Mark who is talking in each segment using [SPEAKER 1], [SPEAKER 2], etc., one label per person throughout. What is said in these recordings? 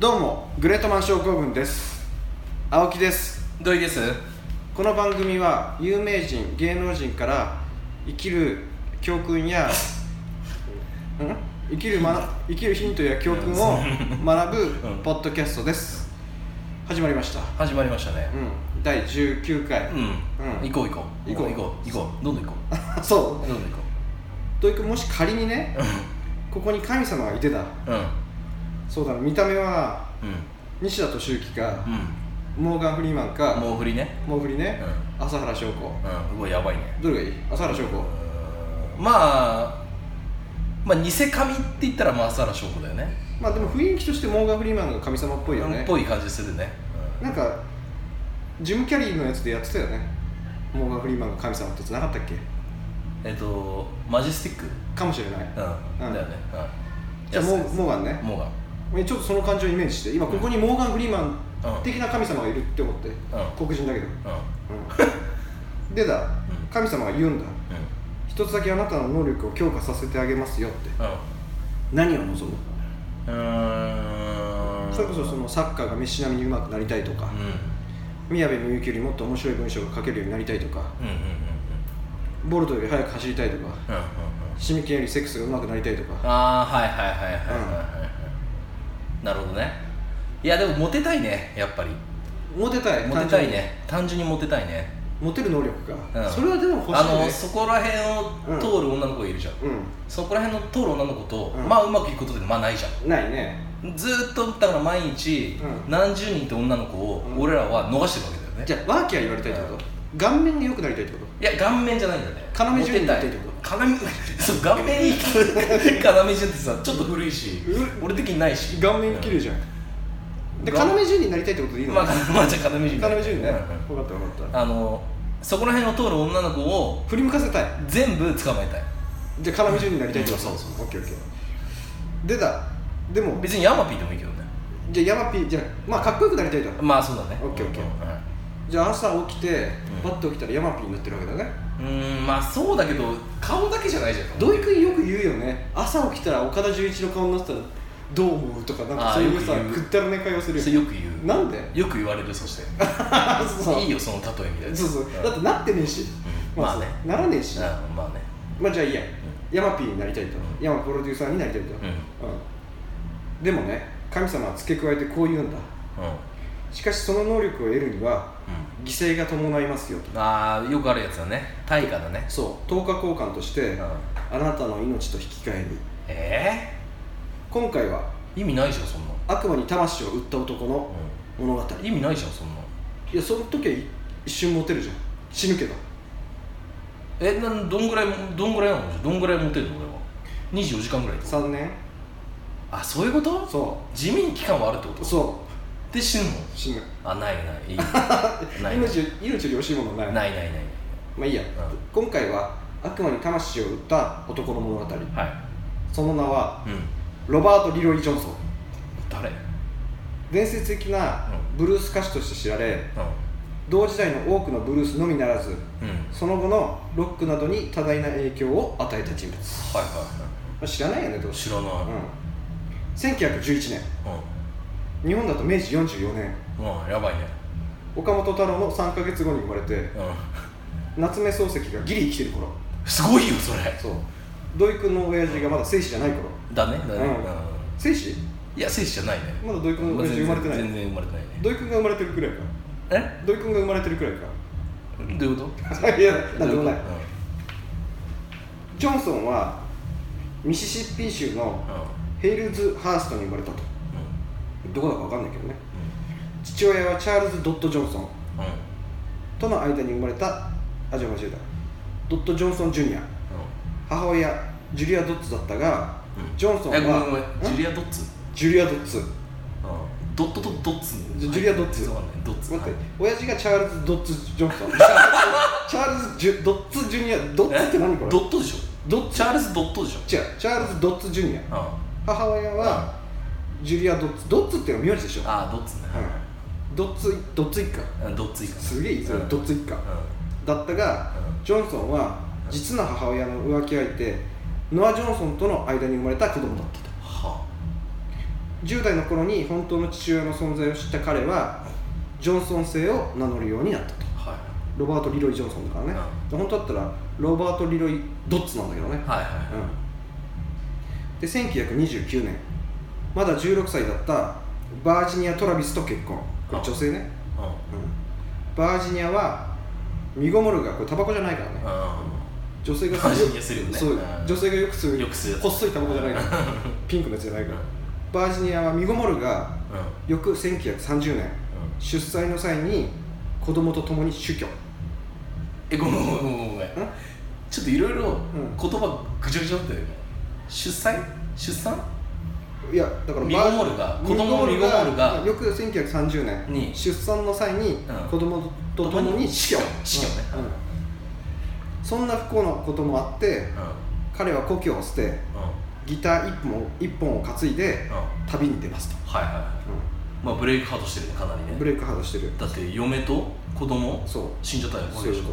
[SPEAKER 1] どうもグレートマン症候群です青木です
[SPEAKER 2] 土井です
[SPEAKER 1] この番組は有名人芸能人から生きる教訓やん生きる、ま、生きるヒントや教訓 を学ぶ
[SPEAKER 2] うん
[SPEAKER 1] ポッドキャストです始まりました、
[SPEAKER 2] 始まりましたね
[SPEAKER 1] うん、第19回、
[SPEAKER 2] うん、
[SPEAKER 1] うん
[SPEAKER 2] 行こう行こう
[SPEAKER 1] 行こう
[SPEAKER 2] 行こう行こうどんどん行こ
[SPEAKER 1] そう
[SPEAKER 2] どんどん行こ
[SPEAKER 1] 土井君もし仮にね
[SPEAKER 2] う
[SPEAKER 1] ここに神様がいてた
[SPEAKER 2] うん
[SPEAKER 1] そうだな見た目は
[SPEAKER 2] うん
[SPEAKER 1] 西田敏行か
[SPEAKER 2] う、
[SPEAKER 1] モーガン・フリーマン
[SPEAKER 2] ん
[SPEAKER 1] か
[SPEAKER 2] もう振りね
[SPEAKER 1] モーフリね、朝原翔子
[SPEAKER 2] うんうわやばいね
[SPEAKER 1] どれがいい朝原翔子
[SPEAKER 2] まあまあ偽神って言ったらまあ朝原翔子だよね
[SPEAKER 1] まあでも雰囲気としてモーガン・フリーマンが神様っぽいよね
[SPEAKER 2] っぽい感じするね
[SPEAKER 1] なんかジム・キャリーのやつでやってたよねモーガン・フリーマンが神様ってやつなかったっけ
[SPEAKER 2] うんえっとマジスティック
[SPEAKER 1] かもしれない
[SPEAKER 2] うんだよねうん
[SPEAKER 1] じゃあモーモーガンね
[SPEAKER 2] モーガン
[SPEAKER 1] ちょっとその感じをイメージして今ここにモーガン・フリーマン的な神様がいるって思って、黒人だけど、 うん、でだ神様が言うんだ
[SPEAKER 2] うんうん
[SPEAKER 1] 一つだけあなたの能力を強化させてあげますよって
[SPEAKER 2] う
[SPEAKER 1] 何を望む
[SPEAKER 2] んうん
[SPEAKER 1] それこそそのサッカーが飯並みにうまくなりたいとか
[SPEAKER 2] うんうん
[SPEAKER 1] 宮部みゆきよりもっと面白い文章が書けるようになりたいとか
[SPEAKER 2] うんうん
[SPEAKER 1] ボルトより速く走りたいとか
[SPEAKER 2] うんうんうんうん
[SPEAKER 1] シミケンよりセックスがうまくなりたいとか
[SPEAKER 2] ああはいはいはいはいはいはい、なるほどねいやでもモテたいねやっぱり
[SPEAKER 1] モテたい
[SPEAKER 2] モテたいね単純にモテたいね、
[SPEAKER 1] モテる能力
[SPEAKER 2] う
[SPEAKER 1] か
[SPEAKER 2] ん
[SPEAKER 1] それはでも欲しいね
[SPEAKER 2] あのそこら辺を通る女の子がいるじゃん、
[SPEAKER 1] う
[SPEAKER 2] そこら辺の通る女の子と、
[SPEAKER 1] うん
[SPEAKER 2] まあうまくいくことってまあないじゃ
[SPEAKER 1] んないね
[SPEAKER 2] んずーっとだから毎日、
[SPEAKER 1] うん
[SPEAKER 2] 何十人って女の子を
[SPEAKER 1] うん
[SPEAKER 2] 俺らは逃してるわけだよね、
[SPEAKER 1] じゃあワーキャー言われたいってこと顔面が良くなりたいってこと
[SPEAKER 2] いや顔面じゃないんだよね
[SPEAKER 1] 要潤に言いたいってこと
[SPEAKER 2] と要そう顔面いいけど要潤ってさちょっと古いし
[SPEAKER 1] う
[SPEAKER 2] 俺的にないし
[SPEAKER 1] 顔面綺麗じゃんで要
[SPEAKER 2] 顔
[SPEAKER 1] 潤になりたいってことでいいの
[SPEAKER 2] まあ、
[SPEAKER 1] か
[SPEAKER 2] まあ、じゃあ要潤
[SPEAKER 1] な要潤ね
[SPEAKER 2] う
[SPEAKER 1] 分
[SPEAKER 2] ん
[SPEAKER 1] かった分かった
[SPEAKER 2] あのそこら辺を通る女の子を
[SPEAKER 1] 振り向かせたい
[SPEAKER 2] 全部捕まえたい
[SPEAKER 1] じゃあ要潤になりたいってこと
[SPEAKER 2] うんそうそう
[SPEAKER 1] オッケーオッケーでだでも
[SPEAKER 2] 別にヤマピーでもいいけどね
[SPEAKER 1] じゃあヤマピーじゃあまあかっこよくなりたいと
[SPEAKER 2] まあそうだね
[SPEAKER 1] オッケーオッケー
[SPEAKER 2] う
[SPEAKER 1] じゃあ朝起きて
[SPEAKER 2] ん
[SPEAKER 1] バッと起きたらヤマピーになってるわけだね
[SPEAKER 2] んうんまあそうだけど顔だけじゃないじゃん
[SPEAKER 1] 土井君よく言うよね朝起きたら岡田准一の顔になってたらどう思うとかなんか
[SPEAKER 2] あー
[SPEAKER 1] そういうさ
[SPEAKER 2] よく言う
[SPEAKER 1] くったらね会話する
[SPEAKER 2] それ
[SPEAKER 1] よ
[SPEAKER 2] よく言う
[SPEAKER 1] なんで
[SPEAKER 2] よく言われるそして
[SPEAKER 1] そうそう
[SPEAKER 2] いいよ その例えみたいな
[SPEAKER 1] そうそうだってなってねえし、
[SPEAKER 2] うんまあね
[SPEAKER 1] ならねえし、
[SPEAKER 2] うんまあね
[SPEAKER 1] まあじゃあいいやヤマピーになりたいとヤマプロデューサーになりたいと、
[SPEAKER 2] うん
[SPEAKER 1] うんでもね神様は付け加えてこう言うんだ
[SPEAKER 2] うん、うん
[SPEAKER 1] しかしその能力を得るには犠牲が伴いますよと
[SPEAKER 2] ああよくあるやつだね対価だね
[SPEAKER 1] そう10日交換として、
[SPEAKER 2] うん
[SPEAKER 1] あなたの命と引き換えに
[SPEAKER 2] え
[SPEAKER 1] 今回は
[SPEAKER 2] え意味ないじゃんそんな、
[SPEAKER 1] 悪魔に魂を売った男の物語
[SPEAKER 2] 意味ないじゃんそんない
[SPEAKER 1] やその時は一瞬モテるじゃん死ぬけど
[SPEAKER 2] えなんどんぐらいどんぐらいなのどんぐらいモテるの俺は24時間ぐらいってこと
[SPEAKER 1] 3年
[SPEAKER 2] あそういうこと
[SPEAKER 1] そ
[SPEAKER 2] 地味に期間はあるってこと
[SPEAKER 1] うそ
[SPEAKER 2] で死ぬの
[SPEAKER 1] う死ぬ
[SPEAKER 2] あないな いいいないない
[SPEAKER 1] 命より命より惜しいものはない
[SPEAKER 2] ないないない
[SPEAKER 1] まあいいや、今回は悪魔に魂を売った男の物語
[SPEAKER 2] は
[SPEAKER 1] その名はい
[SPEAKER 2] うん
[SPEAKER 1] ロバート・リロイ・ジョンソン
[SPEAKER 2] 誰うん
[SPEAKER 1] 伝説的なブルース歌手として知られ同時代の多くのブルースのみならず
[SPEAKER 2] うんはい
[SPEAKER 1] その後のロックなどに多大な影響を与えた人物ま
[SPEAKER 2] はいは
[SPEAKER 1] あ知らないよねどう
[SPEAKER 2] い
[SPEAKER 1] し
[SPEAKER 2] 知らない
[SPEAKER 1] うん1911年日本だと明治44年
[SPEAKER 2] うん、うん、やばいね
[SPEAKER 1] 岡本太郎の3か月後に生まれて
[SPEAKER 2] う
[SPEAKER 1] 夏目漱石がギリ生きてる頃
[SPEAKER 2] んすごいよそれ
[SPEAKER 1] そう土井君の親父がまだ生死じゃない頃
[SPEAKER 2] だねだね、
[SPEAKER 1] うん生死
[SPEAKER 2] いや生死じゃないね
[SPEAKER 1] まだ土井君の親父生まれてない
[SPEAKER 2] 全然生まれてないね
[SPEAKER 1] 土井君が生まれてるくらいか
[SPEAKER 2] え
[SPEAKER 1] 土井君が生まれてるくらい
[SPEAKER 2] どういうこ
[SPEAKER 1] か いや
[SPEAKER 2] と
[SPEAKER 1] なんでもない
[SPEAKER 2] うん
[SPEAKER 1] ジョンソンはミシシッピ州のヘイルズ・ハーストに生まれたとどこだか分かんないけどね父親はチャールズ・ドット・ジョンソン
[SPEAKER 2] うんうんうんうん
[SPEAKER 1] との間に生まれたあじゃあ間違えたドット・ジョンソン・ジュニア母親ジュリア・ドッツだったが、
[SPEAKER 2] うん
[SPEAKER 1] ジョンソン
[SPEAKER 2] えごめん
[SPEAKER 1] は
[SPEAKER 2] ごめんジュリア・ドッツ
[SPEAKER 1] ジュリア・ドッツ
[SPEAKER 2] うんドットとドッツ
[SPEAKER 1] ジュジュリアドッツ
[SPEAKER 2] わかんないドッツ
[SPEAKER 1] 待って、
[SPEAKER 2] はい
[SPEAKER 1] 親父がチャールズ・ドッツ・ジョンソン チャールズ・ジュドッツ・ジュニアドッツって何これ
[SPEAKER 2] ドットでしょドチャールズ・ドットでしょ
[SPEAKER 1] 違うチャールズ・ドッツ・ジュニア
[SPEAKER 2] うんあ
[SPEAKER 1] 母親はジュリア・ドッツドッツっていうのは名字でしょ、
[SPEAKER 2] あドッツね
[SPEAKER 1] うん、ドッツドッツ一家
[SPEAKER 2] うんドッツいいか
[SPEAKER 1] すげえいいそれ
[SPEAKER 2] うん
[SPEAKER 1] ドッツ一家だったがジョンソンは実の母親の浮気相手ノア・ジョンソンとの間に生まれた子供だったと
[SPEAKER 2] は
[SPEAKER 1] 10代の頃に本当の父親の存在を知った彼はジョンソン姓を名乗るようになったと
[SPEAKER 2] はい
[SPEAKER 1] ロバート・リロイ・ジョンソンだからね、本当だったらロバート・リロイ・ドッツなんだけどね、
[SPEAKER 2] はいは
[SPEAKER 1] うん、で1929年まだ16歳だったバージニア・トラビスと結婚これ女性ね、
[SPEAKER 2] いうん
[SPEAKER 1] うん、バージニアは身ごもるがこれタバコじゃないからね女性が
[SPEAKER 2] バージニアするよね
[SPEAKER 1] そう
[SPEAKER 2] うん
[SPEAKER 1] 女性がよくする
[SPEAKER 2] よく吸うやつ
[SPEAKER 1] 細いタバコじゃないからピンクのやつじゃないからバージニアは身ごもるが
[SPEAKER 2] うんうん
[SPEAKER 1] 翌1930年出産の際に子供と共に死去
[SPEAKER 2] えごめんごめんごめんごめんちょっといろいろ
[SPEAKER 1] ん
[SPEAKER 2] 言葉ぐちゃぐちゃだって出産出産
[SPEAKER 1] いやだから
[SPEAKER 2] 身ごもるが子供の身ごもるが
[SPEAKER 1] よく1930年
[SPEAKER 2] に
[SPEAKER 1] 出産の際に
[SPEAKER 2] うん
[SPEAKER 1] 子供と共に死去
[SPEAKER 2] 死去ね
[SPEAKER 1] うんうんそんな不幸なこともあって
[SPEAKER 2] うんうん
[SPEAKER 1] 彼は故郷を捨てギター一本を一本を担いで
[SPEAKER 2] うん
[SPEAKER 1] 旅に出ますと、
[SPEAKER 2] はいはいまあブレイクハートしてるねかなり
[SPEAKER 1] うんブ
[SPEAKER 2] ね
[SPEAKER 1] レイクハードしてる
[SPEAKER 2] だって嫁と子供
[SPEAKER 1] そう
[SPEAKER 2] 死んじゃったよ
[SPEAKER 1] そういうこ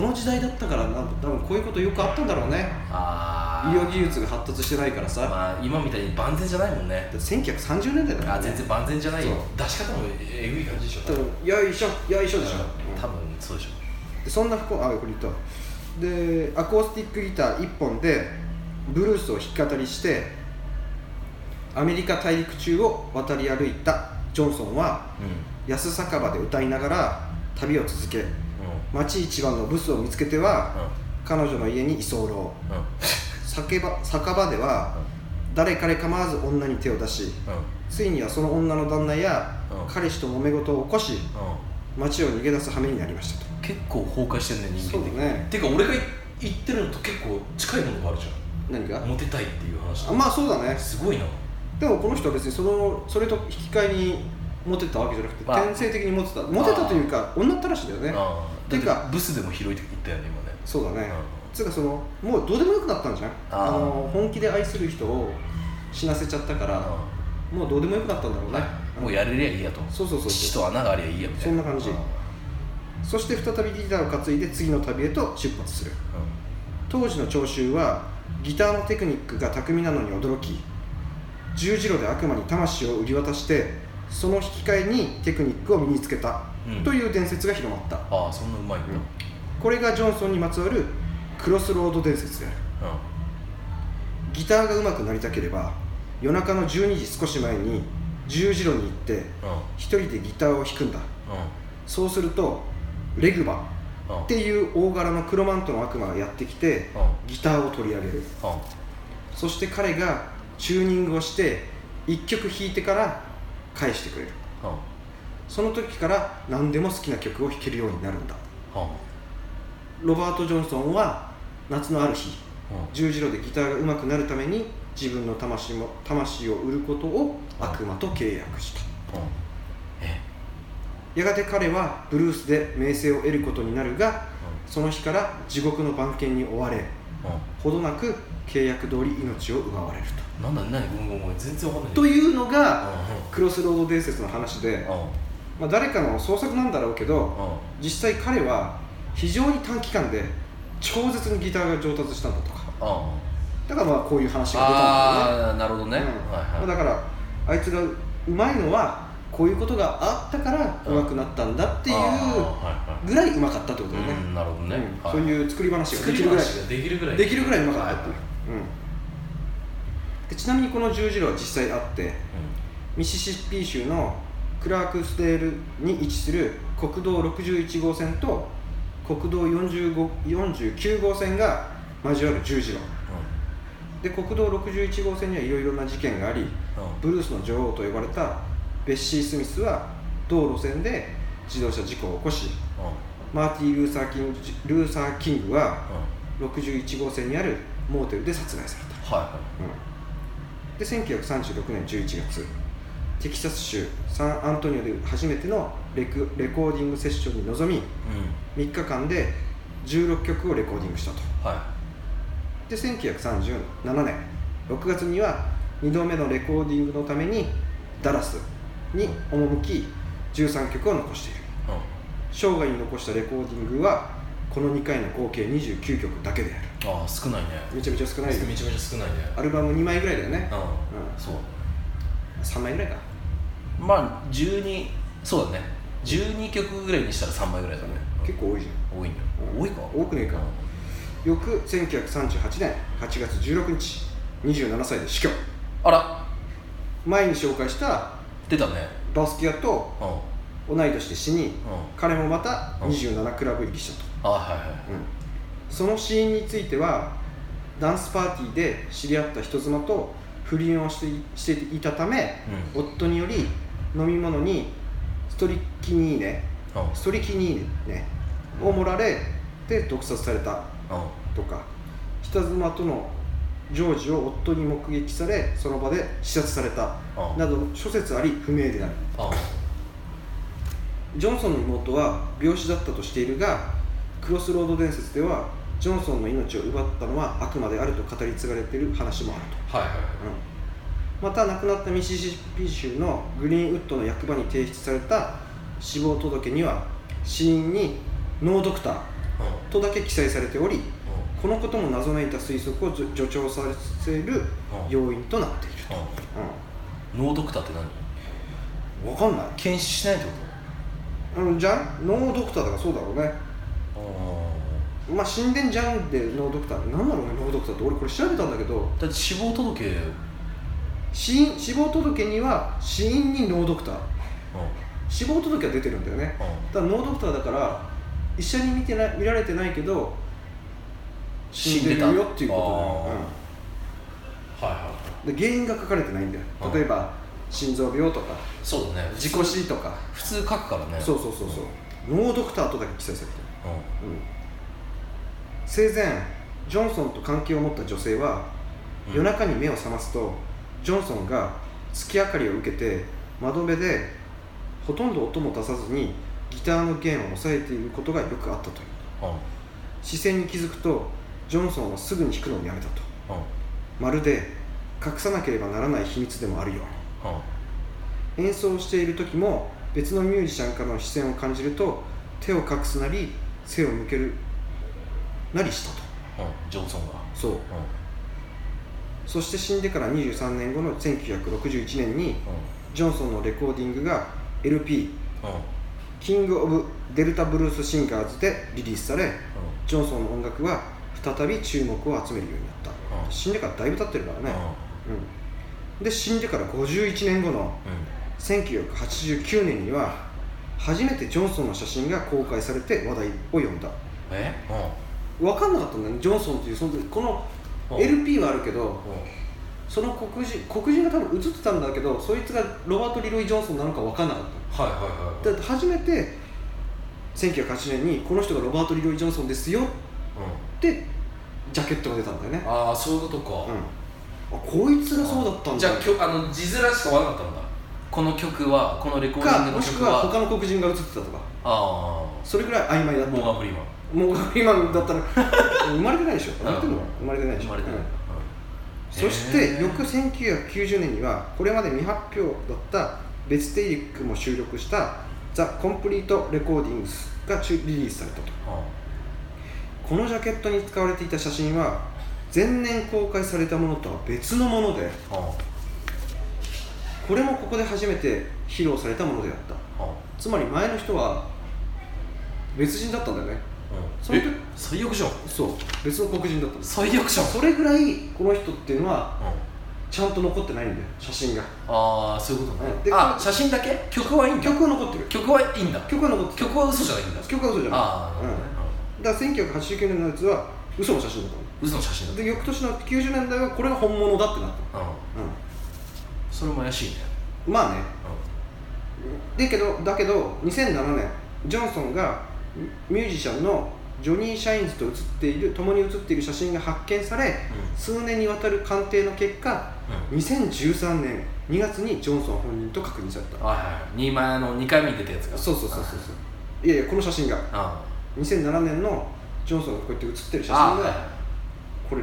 [SPEAKER 1] と
[SPEAKER 2] ん
[SPEAKER 1] この時代だったからなん多分こういうことよくあったんだろうね医
[SPEAKER 2] あ
[SPEAKER 1] 療
[SPEAKER 2] あ
[SPEAKER 1] 技術が発達してないからさ、
[SPEAKER 2] まあ今みたいに万全じゃないもんね
[SPEAKER 1] だって1930年代だから、
[SPEAKER 2] あ全然万全じゃないよ
[SPEAKER 1] そ
[SPEAKER 2] 出し方もえぐい感じでしょ
[SPEAKER 1] 多分よいしょよいしょでしょ、うん
[SPEAKER 2] 多分そうでしょ
[SPEAKER 1] でそんな不幸あこれ言ったでアコースティックギター1本でブルースを弾き語りしてアメリカ大陸中を渡り歩いたジョンソンは
[SPEAKER 2] う
[SPEAKER 1] 安酒場で歌いながら旅を続け
[SPEAKER 2] んうん
[SPEAKER 1] 町一番のブスを見つけては彼女の家に居候
[SPEAKER 2] うんうん
[SPEAKER 1] 酒場酒場では誰彼構わず女に手を出しついにはその女の旦那や
[SPEAKER 2] うん
[SPEAKER 1] 彼氏と揉め事を起こし
[SPEAKER 2] うんうん
[SPEAKER 1] 町を逃げ出す羽目になりましたと
[SPEAKER 2] 結構崩壊してるね人間的
[SPEAKER 1] そうだね
[SPEAKER 2] にてか俺が言ってるのと結構近いものがあるじ
[SPEAKER 1] 何
[SPEAKER 2] ゃ
[SPEAKER 1] が
[SPEAKER 2] んモテたいっていう話
[SPEAKER 1] あまあそうだね
[SPEAKER 2] すごいな
[SPEAKER 1] でもこの人は別にそのそれと引き換えにモテたわけじゃなくて
[SPEAKER 2] まあ
[SPEAKER 1] 天性的にモテたモテたというか女ったらしいんだよね
[SPEAKER 2] ああ
[SPEAKER 1] て
[SPEAKER 2] て
[SPEAKER 1] か
[SPEAKER 2] かブスでも広いって言ったよね今ね
[SPEAKER 1] そうだね
[SPEAKER 2] うん
[SPEAKER 1] つうかそのもうどうでもよくなったんじゃん
[SPEAKER 2] あ
[SPEAKER 1] あ
[SPEAKER 2] ー
[SPEAKER 1] の本気で愛する人を死なせちゃったからもうどうでもよくなったんだろうね
[SPEAKER 2] うんもうやれりゃいいやと
[SPEAKER 1] そうそうそう
[SPEAKER 2] 父と穴がありゃいいやみたい
[SPEAKER 1] そ
[SPEAKER 2] な
[SPEAKER 1] んな感じ
[SPEAKER 2] うん
[SPEAKER 1] そして再びギターを担いで次の旅へと出発する当時の聴衆はギターのテクニックが巧みなのに驚き十字路で悪魔に魂を売り渡してその引き換えにテクニックを身につけた
[SPEAKER 2] うん
[SPEAKER 1] という伝説が広まった、
[SPEAKER 2] ああそんなうまいんだ
[SPEAKER 1] うんこれがジョンソンにまつわるクロスロード伝説であるギターが上手くなりたければ夜中の12時少し前に十字路に行って
[SPEAKER 2] うんうん
[SPEAKER 1] 一人でギターを弾くんだ
[SPEAKER 2] う
[SPEAKER 1] そうするとレグバ
[SPEAKER 2] んうん
[SPEAKER 1] っていう大柄の黒マントの悪魔がやってきてギターを取り上げる
[SPEAKER 2] うん
[SPEAKER 1] そして彼がチューニングをして1曲弾いてから返してくれる
[SPEAKER 2] うん
[SPEAKER 1] その時から何でも好きな曲を弾けるようになるんだ
[SPEAKER 2] うん
[SPEAKER 1] ロバート・ジョンソンは夏のある日
[SPEAKER 2] うん
[SPEAKER 1] 十字路でギターが上手くなるために自分の魂も魂を売ることを悪魔と契約した
[SPEAKER 2] うんえ
[SPEAKER 1] やがて彼はブルースで名声を得ることになるが
[SPEAKER 2] う
[SPEAKER 1] その日から地獄の番犬に追われ
[SPEAKER 2] んうん
[SPEAKER 1] ほどなく契約通り命を奪われる
[SPEAKER 2] なんだ何ごめんごめんごめん全然わかんない
[SPEAKER 1] とというの
[SPEAKER 2] うん
[SPEAKER 1] がクロスロード伝説の話で、
[SPEAKER 2] うん
[SPEAKER 1] まあ、誰かの創作なんだろうけど
[SPEAKER 2] うん
[SPEAKER 1] 実際彼は非常に短期間で超絶にギターが上達したんだとか
[SPEAKER 2] うん
[SPEAKER 1] だからまあこういう話が出たんだよね
[SPEAKER 2] ああなるほどね、
[SPEAKER 1] うん
[SPEAKER 2] はいはい、
[SPEAKER 1] まあだからあいつがうまいのはこういうことがあったからうまくなったんだっていう
[SPEAKER 2] あーはいはい
[SPEAKER 1] ぐらいうまかったってことだよね、
[SPEAKER 2] うん、なるほどね、
[SPEAKER 1] うん
[SPEAKER 2] はい
[SPEAKER 1] そういう作り話が
[SPEAKER 2] 作
[SPEAKER 1] で
[SPEAKER 2] り
[SPEAKER 1] きるぐらい
[SPEAKER 2] 話ができるぐらい
[SPEAKER 1] できるぐらいうまかったって、
[SPEAKER 2] はいいう
[SPEAKER 1] うん、でちなみにこの十字路は実際あってミシシッピ州のクラークスデールに位置する国道61号線と国道45 49号線が交わる十字路で国道61号線にはいろいろな事件があり
[SPEAKER 2] うんうん
[SPEAKER 1] ブルースの女王と呼ばれたベッシー・スミスは同路線で自動車事故を起こし
[SPEAKER 2] うん
[SPEAKER 1] マーティン・ルーサー・キングルーサーキングは
[SPEAKER 2] うん
[SPEAKER 1] 61号線にあるモーテルで殺害された、
[SPEAKER 2] は
[SPEAKER 1] うん、で1936年11月テキサス州サンアントニオで初めてのレクレコーディングセッションに臨み
[SPEAKER 2] いはいうん
[SPEAKER 1] 3日間で16曲をレコーディングしたと
[SPEAKER 2] は
[SPEAKER 1] で1937年6月には2度目のレコーディングのためにダラスに赴き13曲を残している
[SPEAKER 2] いうん
[SPEAKER 1] 生涯に残したレコーディングはこの2回の合計29曲だけである
[SPEAKER 2] ああ少ないね
[SPEAKER 1] めちゃめちゃ少ないよ
[SPEAKER 2] めちゃめちゃ少ないね
[SPEAKER 1] アルバム2枚ぐらいだよね
[SPEAKER 2] うん、
[SPEAKER 1] うん
[SPEAKER 2] そう
[SPEAKER 1] 3枚ぐらいか
[SPEAKER 2] まあ12そうだね12曲ぐらいにしたら3枚ぐらいだね
[SPEAKER 1] 結構多いじゃん
[SPEAKER 2] 多いんだよ
[SPEAKER 1] うん
[SPEAKER 2] 多いか
[SPEAKER 1] 多くねえか翌1938年8月16日27歳で死去
[SPEAKER 2] あら
[SPEAKER 1] 前に紹介した
[SPEAKER 2] 出たね
[SPEAKER 1] バスキアと
[SPEAKER 2] うんうん
[SPEAKER 1] 同い年で死に彼もまた27クラブ入りしたと、
[SPEAKER 2] あはいはいはい
[SPEAKER 1] うんその死因についてはダンスパーティーで知り合った人妻と不倫をしていしていたため
[SPEAKER 2] うん
[SPEAKER 1] 夫により飲み物にストリキニーネ
[SPEAKER 2] うん
[SPEAKER 1] ストリキニーネを盛られて毒殺された
[SPEAKER 2] うん
[SPEAKER 1] とか人妻とのジョージを夫に目撃されその場で視察された
[SPEAKER 2] うん
[SPEAKER 1] など諸説あり不明である
[SPEAKER 2] あ
[SPEAKER 1] ジョンソンの妹は病死だったとしているがクロスロード伝説ではジョンソンの命を奪ったのは悪魔であると語り継がれている話もある
[SPEAKER 2] はいはいはい
[SPEAKER 1] と、うん、また亡くなったミシシッピ州のグリーンウッドの役場に提出された死亡届には死因にノードクター
[SPEAKER 2] うんうん
[SPEAKER 1] とだけ記載されており
[SPEAKER 2] うん
[SPEAKER 1] このことも謎めいた推測を助助長させる要因となっている、
[SPEAKER 2] ノードクターって何
[SPEAKER 1] うん、分かんない、
[SPEAKER 2] 検視しないってこ
[SPEAKER 1] うん、じゃんノードクターだからそうだろうね
[SPEAKER 2] と
[SPEAKER 1] まあ死んでんじゃんでノードクターなんだろうねノードクターって俺これ調べたんだけど
[SPEAKER 2] だって死亡届うん
[SPEAKER 1] 死因死亡届には死因にノードクター死亡届は出てるんだよねだからノードクターだから医者に見てない見られてないけど死んでるよっていうことだよ、
[SPEAKER 2] あーはいはいはい
[SPEAKER 1] うん、で原因が書かれてないんだよ
[SPEAKER 2] うん
[SPEAKER 1] 例えば心臓病とか
[SPEAKER 2] そうだね
[SPEAKER 1] 事故死とか
[SPEAKER 2] 普通書くからね
[SPEAKER 1] そうそうそうそうノードクターとだけ記載されてる
[SPEAKER 2] うん
[SPEAKER 1] うん生前ジョンソンと関係を持った女性は
[SPEAKER 2] うん
[SPEAKER 1] 夜中に目を覚ますと、ジョンソンが月明かりを受けて窓辺でほとんど音も出さずにギターの弦を押さえていることがよくあったという
[SPEAKER 2] うん
[SPEAKER 1] 視線に気づくとジョンソンはすぐに弾くのをやめたと
[SPEAKER 2] うん
[SPEAKER 1] まるで隠さなければならない秘密でもあるよ
[SPEAKER 2] うん
[SPEAKER 1] うに演奏している時も別のミュージシャンからの視線を感じると手を隠すなり背を向けるなりしたと
[SPEAKER 2] うんジョンソンが
[SPEAKER 1] そう
[SPEAKER 2] うん
[SPEAKER 1] そして死んでから23年後の1961年に
[SPEAKER 2] う
[SPEAKER 1] ジョンソンのレコーディングが LP
[SPEAKER 2] んうん
[SPEAKER 1] 「キング・オブ・デルタ・ブルース・シンガーズ」でリリースされジョンソンの音楽は再び注目を集めるようになった、
[SPEAKER 2] うん
[SPEAKER 1] 死んでからだいぶ経ってるから
[SPEAKER 2] うんうん
[SPEAKER 1] ね、うんで死んでから51年後の1989年には初めてジョンソンの写真が公開されて話題を呼んだ
[SPEAKER 2] え
[SPEAKER 1] 分かんなかったんだよねジョンソンっていうそのこの
[SPEAKER 2] うん
[SPEAKER 1] LP はあるけど、
[SPEAKER 2] うんうん
[SPEAKER 1] その黒人黒人が多分映ってたんだけどそいつがロバート・リロイ・ジョンソンなのか分かんなかっ
[SPEAKER 2] はいはいはい
[SPEAKER 1] ただって初めて1908年にこの人がロバート・リロイ・ジョンソンですよっ
[SPEAKER 2] う
[SPEAKER 1] てジャケットが出たんだよね
[SPEAKER 2] んああそういうことか
[SPEAKER 1] うんあこいつがそうだったん
[SPEAKER 2] じ
[SPEAKER 1] だ
[SPEAKER 2] ゃあきょあの字面しかわかんなかったんだこの曲はこのレコーディン
[SPEAKER 1] か
[SPEAKER 2] グ
[SPEAKER 1] も
[SPEAKER 2] の
[SPEAKER 1] し
[SPEAKER 2] 曲
[SPEAKER 1] く
[SPEAKER 2] は
[SPEAKER 1] は他の黒人が映ってたとか
[SPEAKER 2] あ
[SPEAKER 1] それぐらい曖昧だ
[SPEAKER 2] あ
[SPEAKER 1] っ
[SPEAKER 2] モ
[SPEAKER 1] た
[SPEAKER 2] ーガン・フリーマン
[SPEAKER 1] もう今だったら 生まれてないでしょ生まれてんの
[SPEAKER 2] うん
[SPEAKER 1] 生まれてないでし
[SPEAKER 2] 生
[SPEAKER 1] ょ
[SPEAKER 2] まれてない
[SPEAKER 1] うん
[SPEAKER 2] う
[SPEAKER 1] そ
[SPEAKER 2] ん
[SPEAKER 1] して
[SPEAKER 2] へー
[SPEAKER 1] 翌1990年にはこれまで未発表だった別テイリックも収録した「ザ・コンプリート・レコーディングス」が中リリースされたと
[SPEAKER 2] う
[SPEAKER 1] このジャケットに使われていた写真は前年公開されたものとは別のもので
[SPEAKER 2] んうん
[SPEAKER 1] これもここで初めて披露されたものであった
[SPEAKER 2] う
[SPEAKER 1] つまり前の人は別人だったんだよね
[SPEAKER 2] ん
[SPEAKER 1] その時
[SPEAKER 2] え最悪じゃん
[SPEAKER 1] そう別の黒人だったんです
[SPEAKER 2] 最悪じゃん
[SPEAKER 1] それぐらいこの人っていうのは
[SPEAKER 2] うん
[SPEAKER 1] ちゃんと残ってないんだよ写真が
[SPEAKER 2] ああそういうことね
[SPEAKER 1] うんで
[SPEAKER 2] あ写真だけ曲はいいんだ
[SPEAKER 1] 曲は残ってる
[SPEAKER 2] 曲はいいんだ
[SPEAKER 1] 曲は残ってる
[SPEAKER 2] 曲は嘘じゃないんだ
[SPEAKER 1] 曲は嘘じゃない
[SPEAKER 2] ああなるほどね
[SPEAKER 1] だから1989年のやつは嘘の写真だった
[SPEAKER 2] うん嘘の写真だ
[SPEAKER 1] の
[SPEAKER 2] っ
[SPEAKER 1] で翌年の90年代はこれが本物だってなった
[SPEAKER 2] うん
[SPEAKER 1] たの、
[SPEAKER 2] それも怪しいね
[SPEAKER 1] うん、まあね
[SPEAKER 2] う
[SPEAKER 1] でけどだけど2007年ジョンソンがミュージシャンのジョニー・シャインズと写っている共に写っている写真が発見され、
[SPEAKER 2] ん
[SPEAKER 1] 数年にわたる鑑定の結果
[SPEAKER 2] うん
[SPEAKER 1] 2013年2月にジョンソン本人と確認された
[SPEAKER 2] はいはいはい二枚あの二回目に出たやつが
[SPEAKER 1] そうそうそうそうそういやいやこの写真が
[SPEAKER 2] あ
[SPEAKER 1] 2007年のジョンソンがこうやって写ってる写
[SPEAKER 2] あああ
[SPEAKER 1] 真がこれ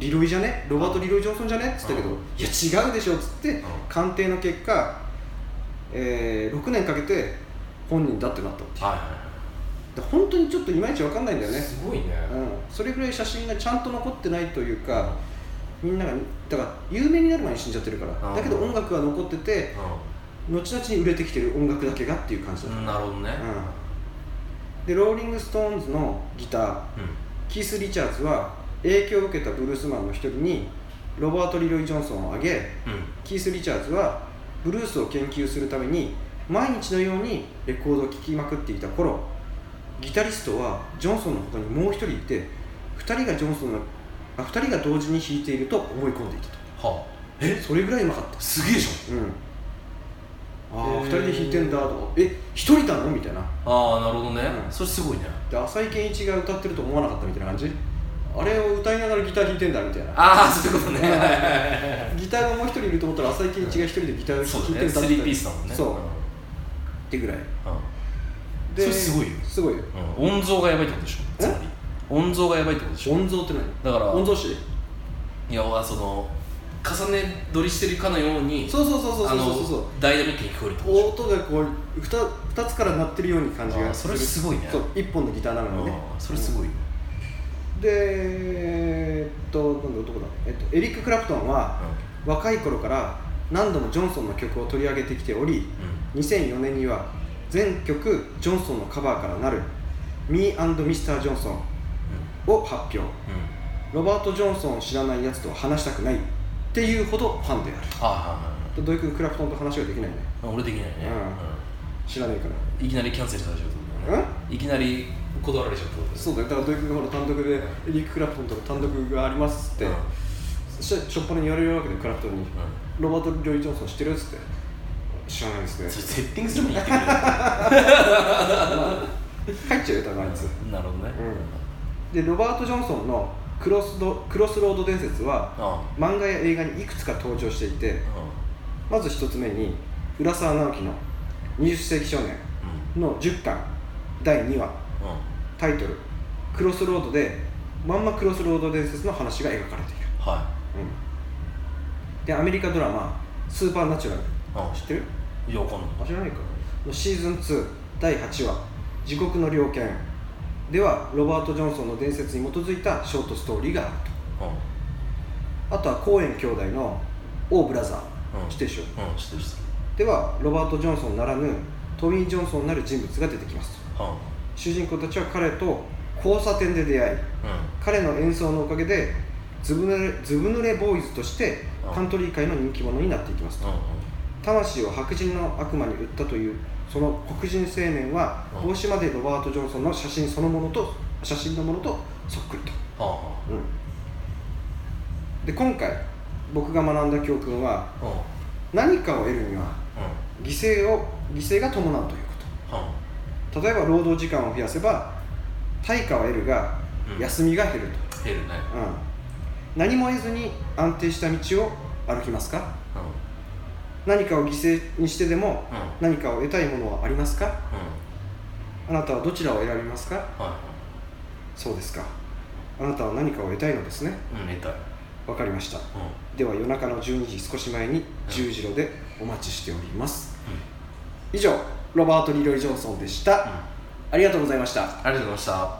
[SPEAKER 1] リロイじゃねロバート・リロイ・ジョンソンじゃねっつったけど、
[SPEAKER 2] うん
[SPEAKER 1] いや違うでしょっつって、
[SPEAKER 2] ん
[SPEAKER 1] 鑑定の結果、えー6年かけて本人だってなったっていう
[SPEAKER 2] はいはいは
[SPEAKER 1] で本当にちょっといまいちわかんないんだよ
[SPEAKER 2] い
[SPEAKER 1] ね、
[SPEAKER 2] すごいうね
[SPEAKER 1] ん、それぐらい写真がちゃんと残ってないというか、みんながだから有名になる前に死んじゃってるから、
[SPEAKER 2] うん
[SPEAKER 1] だけど音楽は残ってて後々に売れてきてる音楽だけがっていう感じだ
[SPEAKER 2] う
[SPEAKER 1] った、
[SPEAKER 2] んなるほどね
[SPEAKER 1] うんでローリング・ストーンズのギターキース・リチャーズは影響を受けたブルースマンの一人にロバート・リロイ・ジョンソンを挙げ
[SPEAKER 2] うんうん
[SPEAKER 1] キース・リチャーズはブルースを研究するために毎日のようにレコードを聴きまくっていた頃ギタリストはジョンソンの他にもう一人いて2人がジョンソンのあ2人が同時に弾いていると思い込んでいたと
[SPEAKER 2] はあえ
[SPEAKER 1] それぐらいうまかった
[SPEAKER 2] すげえじ
[SPEAKER 1] うんあ
[SPEAKER 2] へ
[SPEAKER 1] あ
[SPEAKER 2] ー
[SPEAKER 1] 2人で弾いてんだとえ一1人なのみたいな
[SPEAKER 2] ゃんああなるほどね、
[SPEAKER 1] うん
[SPEAKER 2] それすごいね
[SPEAKER 1] で浅井健一が歌ってると思わなかったみたいな感じあれを歌いながらギター弾いてんだみたいな
[SPEAKER 2] ああそういうことね
[SPEAKER 1] うん
[SPEAKER 2] はいはいはいはい
[SPEAKER 1] ギターがもう一人いると思ったら浅井健一が一人でギターを
[SPEAKER 2] そう
[SPEAKER 1] 弾い
[SPEAKER 2] だ
[SPEAKER 1] て
[SPEAKER 2] ね
[SPEAKER 1] 歌って
[SPEAKER 2] スリ
[SPEAKER 1] た
[SPEAKER 2] ーピースだもんね
[SPEAKER 1] そう
[SPEAKER 2] うん
[SPEAKER 1] ってぐらい
[SPEAKER 2] それすごいよ
[SPEAKER 1] すごいよ
[SPEAKER 2] うん音像がやばいってことでしょ
[SPEAKER 1] え
[SPEAKER 2] つまり音像がやばいってことでしょ
[SPEAKER 1] 音像って何
[SPEAKER 2] だから
[SPEAKER 1] 音像師
[SPEAKER 2] いやはその重ね撮りしてるかのように
[SPEAKER 1] そうそうそうそう
[SPEAKER 2] あ
[SPEAKER 1] そう
[SPEAKER 2] の
[SPEAKER 1] そうそう
[SPEAKER 2] ダイナミックに聞こえるってことでしょ
[SPEAKER 1] 音がこう 2, 二つから鳴ってるように感じ
[SPEAKER 2] あ
[SPEAKER 1] が
[SPEAKER 2] ーそれすごいね
[SPEAKER 1] そう1本のギターなのにね
[SPEAKER 2] あーそれすごいよ
[SPEAKER 1] でえーっとなんだどこだ、えっと、エリック・クラプトンは若い頃から何度もジョンソンの曲を取り上げてきており2004年には全曲ジョンソンのカバーからなる「Me and Mr. Johnson」を発表
[SPEAKER 2] うんうん
[SPEAKER 1] ロバート・ジョンソンを知らないやつとは話したくないっていうほどファンである
[SPEAKER 2] はいは
[SPEAKER 1] 土井君クラプトンと話ができないね
[SPEAKER 2] いはい俺できないね
[SPEAKER 1] 知らないから
[SPEAKER 2] うんいきなりキャンセルされちゃうってことだよねいきなり断られちゃうってことだよね
[SPEAKER 1] そうだよだから土井君がほら単独でエリック・クラプトンとの単独がありますって、
[SPEAKER 2] うん
[SPEAKER 1] そしてしょっぱなに言われるわけでクラプトンに、ロバート・ジョイ・ジョンソン知ってるっつって知らないですね
[SPEAKER 2] うんそれセッティングすればいいってくれる
[SPEAKER 1] 入っちゃうよ多分あいつ、
[SPEAKER 2] なるほどね
[SPEAKER 1] でロバート・ジョンソンのクロスドクロスロード伝説は
[SPEAKER 2] あ
[SPEAKER 1] 漫画や映画にいくつか登場していて
[SPEAKER 2] あ
[SPEAKER 1] まず一つ目に浦沢直樹の「20世紀少年
[SPEAKER 2] うん」
[SPEAKER 1] の10巻第2話
[SPEAKER 2] うんうん
[SPEAKER 1] タイトル「クロスロード」でまんまクロスロード伝説の話が描かれている、
[SPEAKER 2] は
[SPEAKER 1] うん、でアメリカドラマ「スーパーナチュラル」
[SPEAKER 2] い
[SPEAKER 1] 知ってる
[SPEAKER 2] うんいやわかんない
[SPEAKER 1] あ知らないかのシーズン2第8話「地獄の猟犬」ではロバート・ジョンソンの伝説に基づいたショートストーリーがある
[SPEAKER 2] う
[SPEAKER 1] とあとはコーエン兄弟の「オーブラザー」
[SPEAKER 2] うん
[SPEAKER 1] 知ってるでしょ
[SPEAKER 2] んうん知ってる知って
[SPEAKER 1] ではロバート・ジョンソンならぬトミー・ジョンソンなる人物が出てきます
[SPEAKER 2] るは
[SPEAKER 1] 主人公たちは彼と交差点で出会い
[SPEAKER 2] いうん
[SPEAKER 1] 彼の演奏のおかげでずぶ濡れずぶ濡れボーイズとして
[SPEAKER 2] あ
[SPEAKER 1] カントリー界の人気者になっていきますと
[SPEAKER 2] うんうん
[SPEAKER 1] 魂を白人の悪魔に売ったというその黒人青年は
[SPEAKER 2] あ
[SPEAKER 1] 帽子までロバート・ジョンソンの写真そのものと写真のものとそっくりと、
[SPEAKER 2] は
[SPEAKER 1] うんで今回僕が学んだ教訓は
[SPEAKER 2] あうんうん
[SPEAKER 1] 何かを得るには犠牲を犠牲が伴うというこ
[SPEAKER 2] は
[SPEAKER 1] と例えば労働時間を増やせば対価は得るが
[SPEAKER 2] うん
[SPEAKER 1] 休みが減ると、
[SPEAKER 2] あ減るね
[SPEAKER 1] うん、何も得ずに安定した道を歩きますか
[SPEAKER 2] うん
[SPEAKER 1] 何かを犠牲にしてでも
[SPEAKER 2] うん
[SPEAKER 1] 何かを得たいものはありますか
[SPEAKER 2] うん
[SPEAKER 1] あなたはどちらを選びますか
[SPEAKER 2] は
[SPEAKER 1] そうですかあなたは何かを得たいのですね
[SPEAKER 2] いうん寝たい
[SPEAKER 1] わかりました
[SPEAKER 2] うん
[SPEAKER 1] では夜中の12時少し前に十字路でお待ちしております以上ロバート・リロイ・ジョンソンでした
[SPEAKER 2] うん
[SPEAKER 1] ありがとうございました
[SPEAKER 2] ありがとうございました